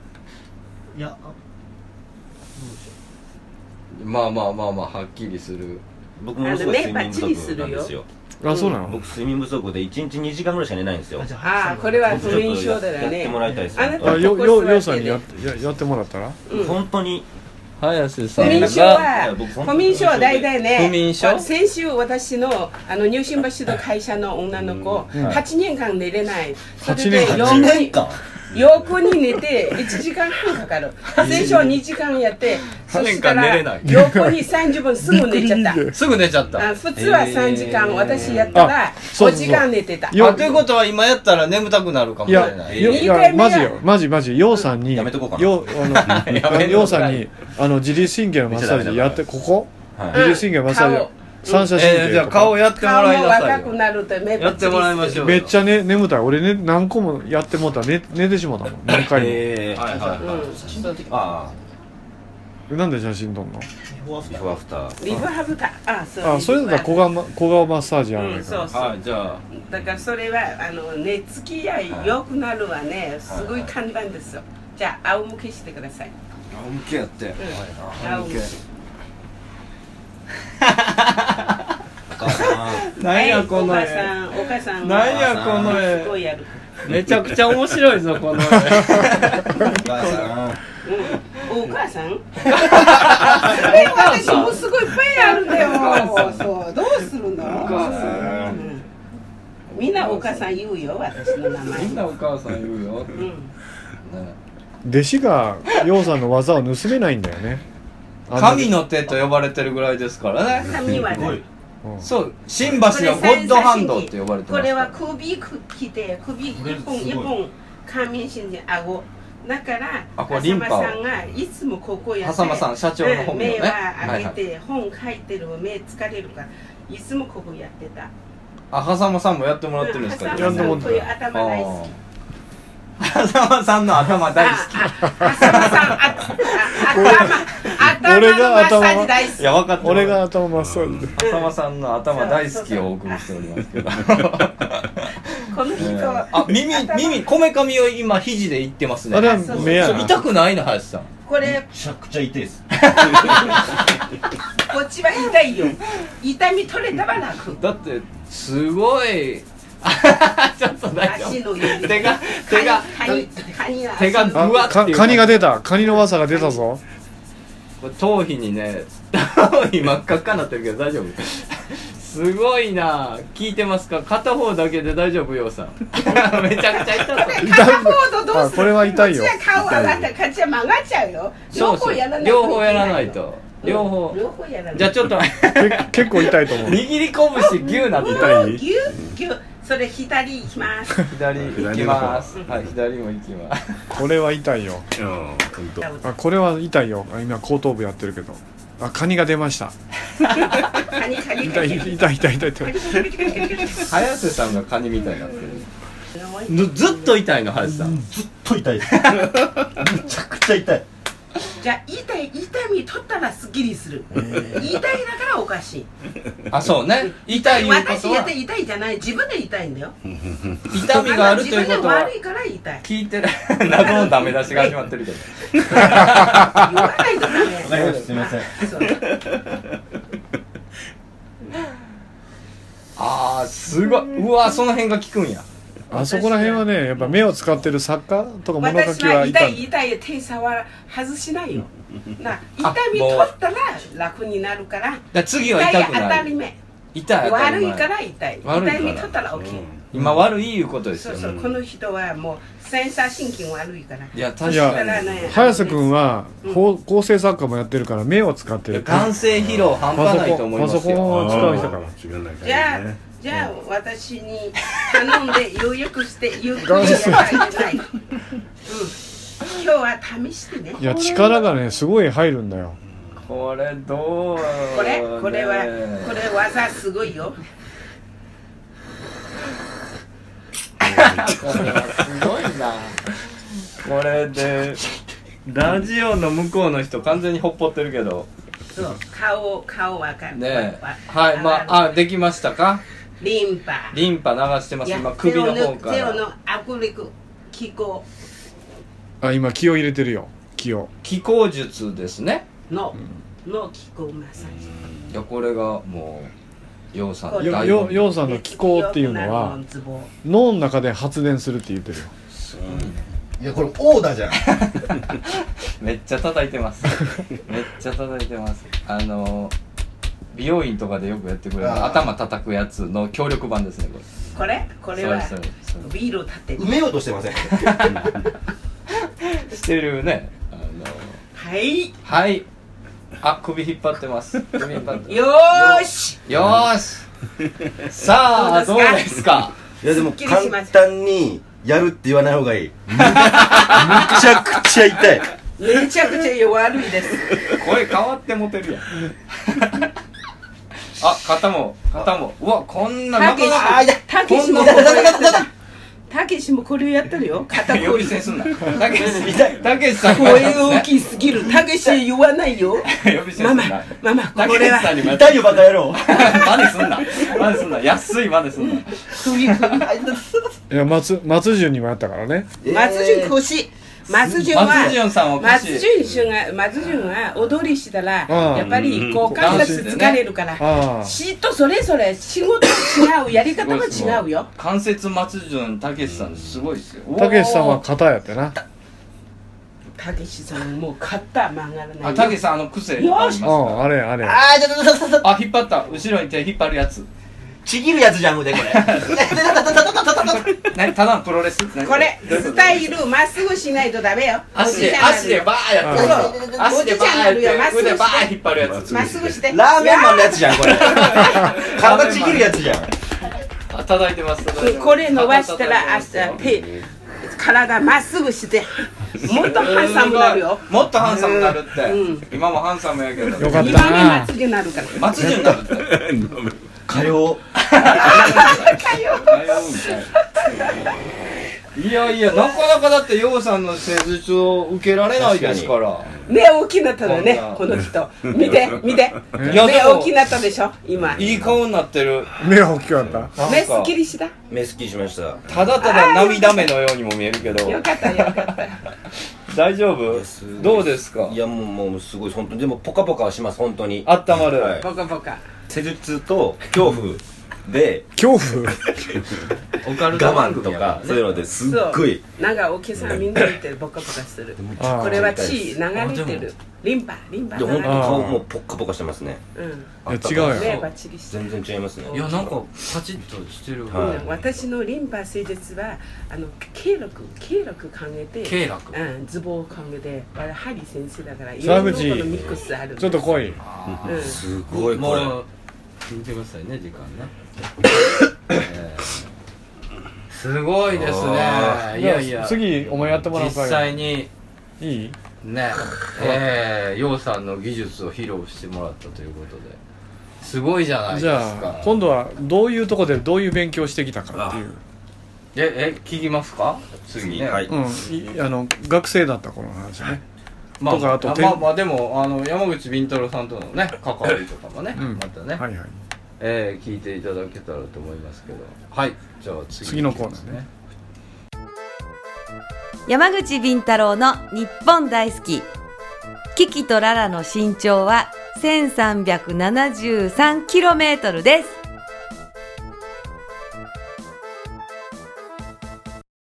Speaker 2: まあまあまあまあはっきりする
Speaker 3: 僕ものすごい睡眠不足なんですよ
Speaker 1: あそうなの
Speaker 3: 僕睡眠不足で1日2時間ぐらいしか寝ないんですよ
Speaker 4: ああこれは
Speaker 3: 僕ちょ
Speaker 4: 不
Speaker 3: っとや
Speaker 4: 眠症だよ
Speaker 3: やっても
Speaker 4: ね
Speaker 3: らいたいです
Speaker 4: あな
Speaker 1: あ
Speaker 4: た
Speaker 1: よ
Speaker 4: ここ
Speaker 1: よ
Speaker 4: 座って
Speaker 1: ようさんにやってややってもらったら
Speaker 3: 本当に
Speaker 2: 林さ
Speaker 4: 不
Speaker 2: ん
Speaker 4: 眠症
Speaker 2: が
Speaker 4: はい
Speaker 3: や僕本当
Speaker 4: 不
Speaker 3: に
Speaker 4: 眠症は大体ね
Speaker 2: 不眠症
Speaker 4: あ先週私のあの入信橋の会社の女の子8年間寝れないそれで
Speaker 1: 8年間
Speaker 3: 10年
Speaker 4: 横に
Speaker 3: 間
Speaker 4: 横に寝て1時間半かかる最初2時間やってそ
Speaker 2: 8
Speaker 4: し
Speaker 2: 年
Speaker 4: た
Speaker 2: 間寝
Speaker 4: ら
Speaker 2: れない
Speaker 4: 横に30分すぐ寝ちゃった
Speaker 2: すぐ寝ちゃった
Speaker 4: あ普通は3時間
Speaker 2: へー
Speaker 4: 私やったら
Speaker 1: あそう
Speaker 4: 5
Speaker 1: そうそう
Speaker 4: 時間寝てた
Speaker 1: よ
Speaker 2: あということは今やったら眠たくなるかも
Speaker 1: い
Speaker 2: しれ
Speaker 1: や、
Speaker 2: ない
Speaker 1: よい
Speaker 4: 二回
Speaker 1: や
Speaker 4: 目は
Speaker 1: マジよマジマジようさんに
Speaker 3: やめとこうかな
Speaker 1: よあ
Speaker 2: (laughs) や
Speaker 1: の
Speaker 2: めとこうかな
Speaker 1: ようさんにあの自律神経のマッサージやってここ
Speaker 3: は
Speaker 1: 自
Speaker 3: い
Speaker 1: 律神経のマッサージ
Speaker 4: うん
Speaker 1: 三者神
Speaker 2: えー、じ
Speaker 1: 経
Speaker 2: ゃあ
Speaker 1: と
Speaker 2: 顔
Speaker 1: か
Speaker 2: やっても
Speaker 4: 顔
Speaker 2: らい
Speaker 4: も
Speaker 2: なさ
Speaker 4: 若
Speaker 2: い
Speaker 4: く
Speaker 2: よ
Speaker 4: なると目
Speaker 2: やってもらいましょう
Speaker 1: めっちゃね眠たい俺ね何個もやってもうたら寝寝てしまった
Speaker 2: (laughs)
Speaker 1: もん何回も、
Speaker 3: えーはいはいはいあ
Speaker 1: なんで写真撮んの
Speaker 3: あビフォーアフター
Speaker 4: リブハブかあそう
Speaker 1: あそれだったら小顔ま小顔マッサージやらな
Speaker 4: う
Speaker 1: い
Speaker 4: ん
Speaker 1: か
Speaker 4: そ
Speaker 1: ら、
Speaker 4: うそう
Speaker 3: はいじゃあ
Speaker 4: だからそれはあの寝つき合い良くなるはねすごい簡単ですよじゃあ仰向けしてください
Speaker 2: 仰向けやって
Speaker 4: うん仰向け
Speaker 3: お母さん
Speaker 4: (laughs)
Speaker 2: 何やこ
Speaker 4: お
Speaker 2: の
Speaker 4: 母
Speaker 2: 絵
Speaker 4: さんお母さん
Speaker 2: 何やこの
Speaker 4: すごいやる
Speaker 2: 絵めちゃくちゃ面白いぞこの絵
Speaker 3: お母さん
Speaker 4: うんお母さんそれ私もうすごいいっぱいあるんだよそうどうするのうんみんなお母さん言うよ私の名前
Speaker 2: みんなお母さん言うよ、ね
Speaker 4: うん
Speaker 1: 弟子が楊さんの技を盗めないんだよねあんな
Speaker 2: (laughs) 神の手と呼ばれてるぐらいですからね
Speaker 4: 神は
Speaker 3: すごい
Speaker 4: ね
Speaker 1: うん
Speaker 2: そう新橋のゴッドハンドって呼ばれて
Speaker 4: こ
Speaker 2: ます
Speaker 4: れ
Speaker 2: から
Speaker 4: は首くきて首一
Speaker 3: これ
Speaker 4: 本
Speaker 3: すごい
Speaker 4: 一本下半身に顎だから
Speaker 2: あこれリンパを
Speaker 4: 浅間さんがいつもここやって
Speaker 2: 浅間さん社長の本名ね
Speaker 4: 目は開けて、本書いてる目疲れるからいつもここやってた
Speaker 2: あ狭間さんもやってもらってるんですか
Speaker 4: 浅
Speaker 1: や
Speaker 4: 間
Speaker 1: ん
Speaker 4: さ
Speaker 1: でも
Speaker 4: ん
Speaker 1: んだ
Speaker 4: こういう頭大好き
Speaker 2: 狭間さんの頭大好
Speaker 4: ああ浅間さんああ頭頭
Speaker 1: 俺
Speaker 4: のマ
Speaker 1: が
Speaker 4: ッサ
Speaker 1: 頭
Speaker 4: ージ大好き
Speaker 2: きいや分かって
Speaker 1: 俺が頭真っ青で
Speaker 2: 浅間さんの頭大好きをお送りしておりますけど
Speaker 4: この人は
Speaker 2: あ耳
Speaker 4: 頭
Speaker 2: 耳こめかみを今肘でいってますね
Speaker 1: あれは
Speaker 4: そうそう
Speaker 1: 目や
Speaker 2: そう
Speaker 1: な
Speaker 2: 痛くないの林さん
Speaker 4: これ
Speaker 3: めちゃくちゃ痛いです
Speaker 4: こっちは痛いよ痛み取れたばなく
Speaker 2: だってすごい (laughs) ちょっと大丈
Speaker 4: 足の
Speaker 2: 夫
Speaker 4: 指
Speaker 2: 手が手が
Speaker 4: カニカニ
Speaker 2: 手が
Speaker 1: あ
Speaker 2: うわって
Speaker 1: か
Speaker 2: いう
Speaker 1: カニが出たカニの技が出たぞ
Speaker 2: これ頭皮にね頭皮真っ赤っかになってるけど大丈夫すごいな聞いてますか片方だけで大丈夫ようさん (laughs) めちゃくちゃ
Speaker 4: (laughs)
Speaker 2: 痛そう
Speaker 4: 片方とどう
Speaker 1: あ
Speaker 4: する
Speaker 1: これは痛いよ
Speaker 4: こっちは顔上がったこっちは曲がっちゃうよ
Speaker 2: そ
Speaker 4: 両
Speaker 2: うそ
Speaker 4: 方
Speaker 2: う
Speaker 4: やらない
Speaker 2: 両方やらないと両方
Speaker 4: 両方やらない
Speaker 2: じゃあちょっと
Speaker 1: け結構痛いと思う
Speaker 2: (laughs) 握り拳ギューなってた
Speaker 1: 痛
Speaker 4: ギュ
Speaker 1: い
Speaker 4: ッギュッそれ左行きます
Speaker 2: 左行きますはい左も行きます
Speaker 1: これは痛いよ
Speaker 3: うん本当
Speaker 1: あこれは痛いよあ今後頭部やってるけどあカニが出ました
Speaker 4: カニカニ
Speaker 1: 痛
Speaker 4: カ
Speaker 1: い
Speaker 4: ニ
Speaker 1: 痛い痛い痛い痛い
Speaker 4: カニカニカニカニカニ
Speaker 2: 早瀬さんがカニみたいになってるず (laughs) ずっと痛いの林さん
Speaker 3: ずっと痛
Speaker 4: (laughs)
Speaker 3: いですめちゃくちゃ痛い
Speaker 4: じゃあ痛い痛み取ったらスッキリする痛いだからおかしい
Speaker 2: あそうね痛いいうこ
Speaker 4: 私
Speaker 2: と
Speaker 4: やっ
Speaker 2: は
Speaker 4: て痛いじゃない自分で痛いんだよ
Speaker 2: 痛みがあるということは
Speaker 4: あなた自分で悪いから
Speaker 2: (laughs)
Speaker 4: 痛い
Speaker 2: 聞いてる謎のダメ出しが始まってるけど
Speaker 4: 言わないとダメ
Speaker 3: わかりましたすみません
Speaker 4: そう
Speaker 2: ああすごいうわその辺が効くんや
Speaker 1: あそこら辺はねやっぱ目を使ってる作家とか物書
Speaker 4: 私
Speaker 1: きは
Speaker 4: は
Speaker 1: 痛
Speaker 4: 痛
Speaker 1: い
Speaker 4: い痛い手触ら外しな
Speaker 2: (laughs)
Speaker 4: いよな
Speaker 2: あ
Speaker 4: 痛み
Speaker 2: も
Speaker 4: 取
Speaker 2: う
Speaker 4: ったら楽になるか
Speaker 2: だ
Speaker 4: ら
Speaker 2: から次は
Speaker 4: 痛い
Speaker 2: 痛
Speaker 4: 当
Speaker 2: くな
Speaker 4: た
Speaker 2: い
Speaker 4: り前
Speaker 2: 痛い当たり
Speaker 4: 悪
Speaker 2: 前
Speaker 4: いから痛い
Speaker 2: 悪いから
Speaker 4: 痛み取ったら OK、
Speaker 2: 今悪いいうことです
Speaker 4: そ
Speaker 2: よ
Speaker 4: うそうこの人はもうセンサー神経悪いから
Speaker 2: いや確
Speaker 1: いや
Speaker 2: かに
Speaker 1: 早瀬君はほう構成作家もやってるから目を使ってる
Speaker 2: 眼性疲労半
Speaker 1: パ
Speaker 2: 端ない
Speaker 1: ソ
Speaker 2: と
Speaker 1: コン
Speaker 2: 思い
Speaker 1: パ
Speaker 2: ま
Speaker 1: ソ
Speaker 2: す
Speaker 1: コ
Speaker 2: よ
Speaker 1: ンを使う人か
Speaker 4: じゃあじゃあ私に頼んで予約してゆっくりやらないうん今日は試してね
Speaker 1: らいや力がねすごい入るんだよ
Speaker 2: これどう
Speaker 4: これこれはこれ技すごいよ
Speaker 2: これはすごいなこれでラジオの向こうの人完全にほっぽってるけど
Speaker 4: そう顔顔わかる
Speaker 2: ねえ
Speaker 4: わ
Speaker 2: はいま
Speaker 4: わ
Speaker 2: あ
Speaker 4: か
Speaker 2: あできましたか
Speaker 4: るリンパ
Speaker 2: リンパ流してます今首の方か
Speaker 4: ゼロの
Speaker 2: ら
Speaker 4: 握力気候
Speaker 1: あ今気を入れてるよ気を
Speaker 2: 気候術ですね
Speaker 4: のの気候マッサージ
Speaker 2: いやこれがもうようさん
Speaker 4: これ
Speaker 2: 醍醐
Speaker 1: よ
Speaker 2: 味
Speaker 1: よようさんの気候っていうのは
Speaker 4: 熱くなるのツ
Speaker 1: 脳の中で発電するって言ってるよ
Speaker 9: いやこれオーダーじゃん
Speaker 2: めっちゃ叩いてます
Speaker 4: (laughs)
Speaker 2: めっちゃ叩いてますあの美容院とかでよくやってくれる
Speaker 9: あー
Speaker 2: 頭叩くやつの協力版ですねこれ
Speaker 4: ボこれこれは
Speaker 2: そうですそうで
Speaker 4: ビールを立てる
Speaker 9: 埋めようとしてません
Speaker 2: すしてるねあの
Speaker 4: はい
Speaker 2: はいあ首引っ張ってます首引っ張って
Speaker 4: よーし
Speaker 2: よーしさあど
Speaker 4: ど
Speaker 2: う
Speaker 4: う
Speaker 2: で
Speaker 4: ですす
Speaker 2: か
Speaker 9: いやでも
Speaker 4: すっきりしま
Speaker 9: 簡
Speaker 4: した
Speaker 9: 単にやるって言わない方がいいむむちゃくちゃ痛い
Speaker 4: めちゃくちゃ弱いです (laughs)
Speaker 2: 声変わってモテるやんあ肩も肩もうわこんな
Speaker 4: たけし
Speaker 2: なかなか
Speaker 4: たけしもこれやってる (laughs) たけしもこれやって (laughs) るよ肩こ
Speaker 2: 呼
Speaker 4: り
Speaker 2: び
Speaker 4: こ
Speaker 2: 捨てすんなたけしたけしさん
Speaker 4: う
Speaker 2: が
Speaker 4: いう大きすぎるたけし言わない (laughs) よ
Speaker 2: 呼び捨てすん
Speaker 4: マ
Speaker 2: な
Speaker 4: マママ
Speaker 2: た
Speaker 4: こ
Speaker 2: けし
Speaker 4: れ
Speaker 2: さん
Speaker 4: は
Speaker 2: にもやって
Speaker 9: 痛いよバカ野郎
Speaker 2: 真似すんな真似すんな安い真似すんな
Speaker 4: 首首
Speaker 1: いや松松潤にもやったからね
Speaker 4: 松潤腰松潤
Speaker 2: 松潤
Speaker 4: は
Speaker 2: さんは腰
Speaker 4: 松潤氏が松潤は踊りしたら
Speaker 1: うん
Speaker 4: やっぱり股関節疲れるから
Speaker 1: ああ
Speaker 4: 人それぞれ仕事違うやり方が違うよ
Speaker 2: 関節松潤たけしさんすごいですよ
Speaker 1: たけしさんは肩やってな
Speaker 4: たけしさんもう肩曲がら
Speaker 2: あ
Speaker 4: な
Speaker 2: た
Speaker 4: い
Speaker 2: け
Speaker 4: よ
Speaker 2: しさんあの癖あり
Speaker 4: よ
Speaker 2: ま
Speaker 4: し
Speaker 2: す
Speaker 1: う
Speaker 2: か
Speaker 1: んあれあれ
Speaker 2: あ引っ張った後ろに手引っ張るやつ
Speaker 10: ちぎるやつじゃん、腕これ。
Speaker 2: 何ただのプロレスって何
Speaker 4: これスタイルまっすぐしないとダメよ
Speaker 2: 足
Speaker 4: おじ
Speaker 2: で
Speaker 4: ちゃんなる
Speaker 2: 足でバーやっ
Speaker 4: そう
Speaker 2: て足でバーやって腕バー引っ張るやつ
Speaker 4: まっすぐして
Speaker 10: ラーメンマンのやつじゃん、
Speaker 2: (laughs)
Speaker 10: これ。
Speaker 3: 体ちぎるやつじゃん
Speaker 2: あ叩いてます叩いてます
Speaker 4: これ伸ばしたら明日ペ体まっすぐしてもっとハンサムになるよ
Speaker 2: もっとハンサムになるって、
Speaker 4: うん
Speaker 2: 今もハンサムやけど
Speaker 1: よかっ
Speaker 4: 2
Speaker 1: た
Speaker 4: 番目ま
Speaker 1: な
Speaker 4: つげになるから
Speaker 2: 松潤になるって
Speaker 3: 火曜
Speaker 2: いやいやなかなかだってようさんの施術を受けられないですから
Speaker 4: 目大きなったのね
Speaker 2: こ
Speaker 4: こ
Speaker 2: んな
Speaker 4: の人見て見て
Speaker 2: い
Speaker 4: 目
Speaker 2: やで
Speaker 4: 大
Speaker 2: も
Speaker 4: きなったでしょ今
Speaker 2: いい顔になってる
Speaker 1: 目が大きくなった
Speaker 2: なんか
Speaker 4: 目すっきりした
Speaker 10: 目すっきりしました。
Speaker 2: ただただ涙目のようにも見えるけど
Speaker 4: よかったよかった
Speaker 2: 大丈夫
Speaker 10: やすごい
Speaker 2: どうですか
Speaker 10: いや、もう、もう、すごい、本当に。でも、ポカポカはします、本当に。
Speaker 2: あったまる、
Speaker 10: はい
Speaker 4: ポカポカ
Speaker 10: 施術と恐怖で、
Speaker 1: 恐怖
Speaker 2: オカルト
Speaker 10: 我
Speaker 2: 番
Speaker 10: 慢
Speaker 2: 組
Speaker 10: と
Speaker 2: や
Speaker 10: か、
Speaker 2: ら
Speaker 10: そう
Speaker 2: ね
Speaker 10: いうのですっごい。
Speaker 4: なんかお客さんみんな見てボカボカする
Speaker 1: あ
Speaker 4: こ
Speaker 1: ー
Speaker 4: れ
Speaker 1: い
Speaker 4: は血流れてるリンパリンパ
Speaker 10: で、本当
Speaker 1: あー
Speaker 10: 顔もポッカポカしてますね。
Speaker 4: うん
Speaker 1: や違うよ
Speaker 4: 目バッチリしてる
Speaker 10: 全然違いますね。
Speaker 4: いや
Speaker 2: なんかパチッとしてる
Speaker 10: は
Speaker 4: うん私のリンパ施術はあの経絡経絡考えて
Speaker 2: 経絡
Speaker 4: うん、ズボンを考えて我々ハリー先生だからい
Speaker 1: 沢
Speaker 4: ろんな
Speaker 1: 口
Speaker 4: このミックスある
Speaker 1: ちょっと来い
Speaker 4: うん
Speaker 10: すごい、これ。
Speaker 2: もう見てくださいね
Speaker 10: (laughs)
Speaker 2: 時間ね、えーすごいですね
Speaker 10: あ
Speaker 2: いやいや
Speaker 1: 次お前やってもら
Speaker 2: 実
Speaker 1: うか
Speaker 2: 際に
Speaker 1: いい (laughs)
Speaker 2: ねえー、陽さんの技術を披露してもらったということですごいじゃないです
Speaker 1: じゃ
Speaker 2: か
Speaker 1: あ今度はどういうとこでどういう勉強してきたかっていう
Speaker 2: ええ聞きますか次ね、
Speaker 10: はい。
Speaker 1: うんいあの学生だった頃の話ね
Speaker 2: まあ、
Speaker 1: とかあと
Speaker 2: まあまあでもあの山口敏太郎さんとのね関わりとかもね、
Speaker 1: うん
Speaker 2: またね、
Speaker 1: はいはい
Speaker 2: えー聞いていただけたらと思いますけどはいじゃあ次
Speaker 1: 次のコーナーね
Speaker 8: 山口敏太郎の日本大好きキキとララの身長は 1373km です